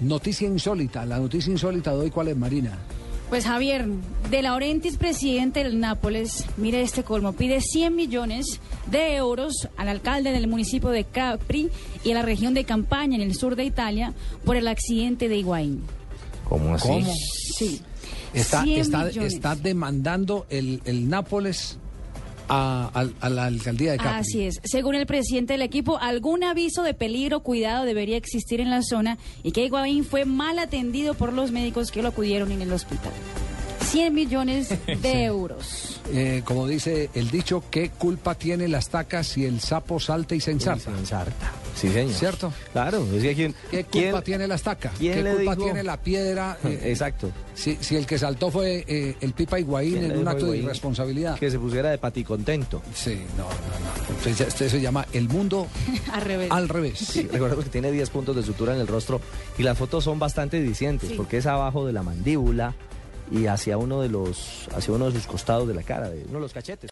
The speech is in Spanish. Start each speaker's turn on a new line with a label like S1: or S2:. S1: Noticia insólita, la noticia insólita de hoy, ¿cuál es, Marina?
S2: Pues Javier, De Laurentiis, presidente del Nápoles, mire este colmo, pide 100 millones de euros al alcalde del municipio de Capri y a la región de Campaña, en el sur de Italia, por el accidente de Higuaín.
S3: ¿Cómo así?
S1: ¿Cómo?
S2: Sí.
S1: Está,
S2: 100
S1: está,
S2: millones.
S1: está demandando el, el Nápoles a, al- a la alcaldía de Capri.
S2: Así es. Según el presidente del equipo, algún aviso de peligro, cuidado debería existir en la zona y que Higuaín fue mal atendido por los médicos que lo acudieron en el hospital. 100 millones de euros.
S1: Eh, como dice el dicho, ¿qué culpa tiene las tacas si el sapo salta y se ensarta?
S3: Sarta. Sí, señor.
S1: ¿Cierto?
S3: Claro. Es que quién,
S1: ¿Qué
S3: quién-
S1: culpa tiene las tacas?
S3: quién
S1: ¿Qué
S3: le
S1: culpa
S3: dijo?
S1: tiene la piedra? eh,
S3: Exacto.
S1: si, si el que saltó fue eh, el Pipa Higuaín
S3: ¿Quién le
S1: en un
S3: dijo a
S1: acto de
S3: Higuaín
S1: irresponsabilidad.
S3: Que se pusiera de paticontento.
S1: Sí, no, no, no. Entonces, ya- esto se llama el mundo
S2: Al revés.
S1: al revés.
S3: Sí, recordemos que tiene 10 puntos de sutura en el rostro y las fotos son bastante dicientes
S2: Sí.
S3: porque es abajo de la mandíbula y hacia uno de los hacia uno de sus costados de la cara, de uno de los cachetes.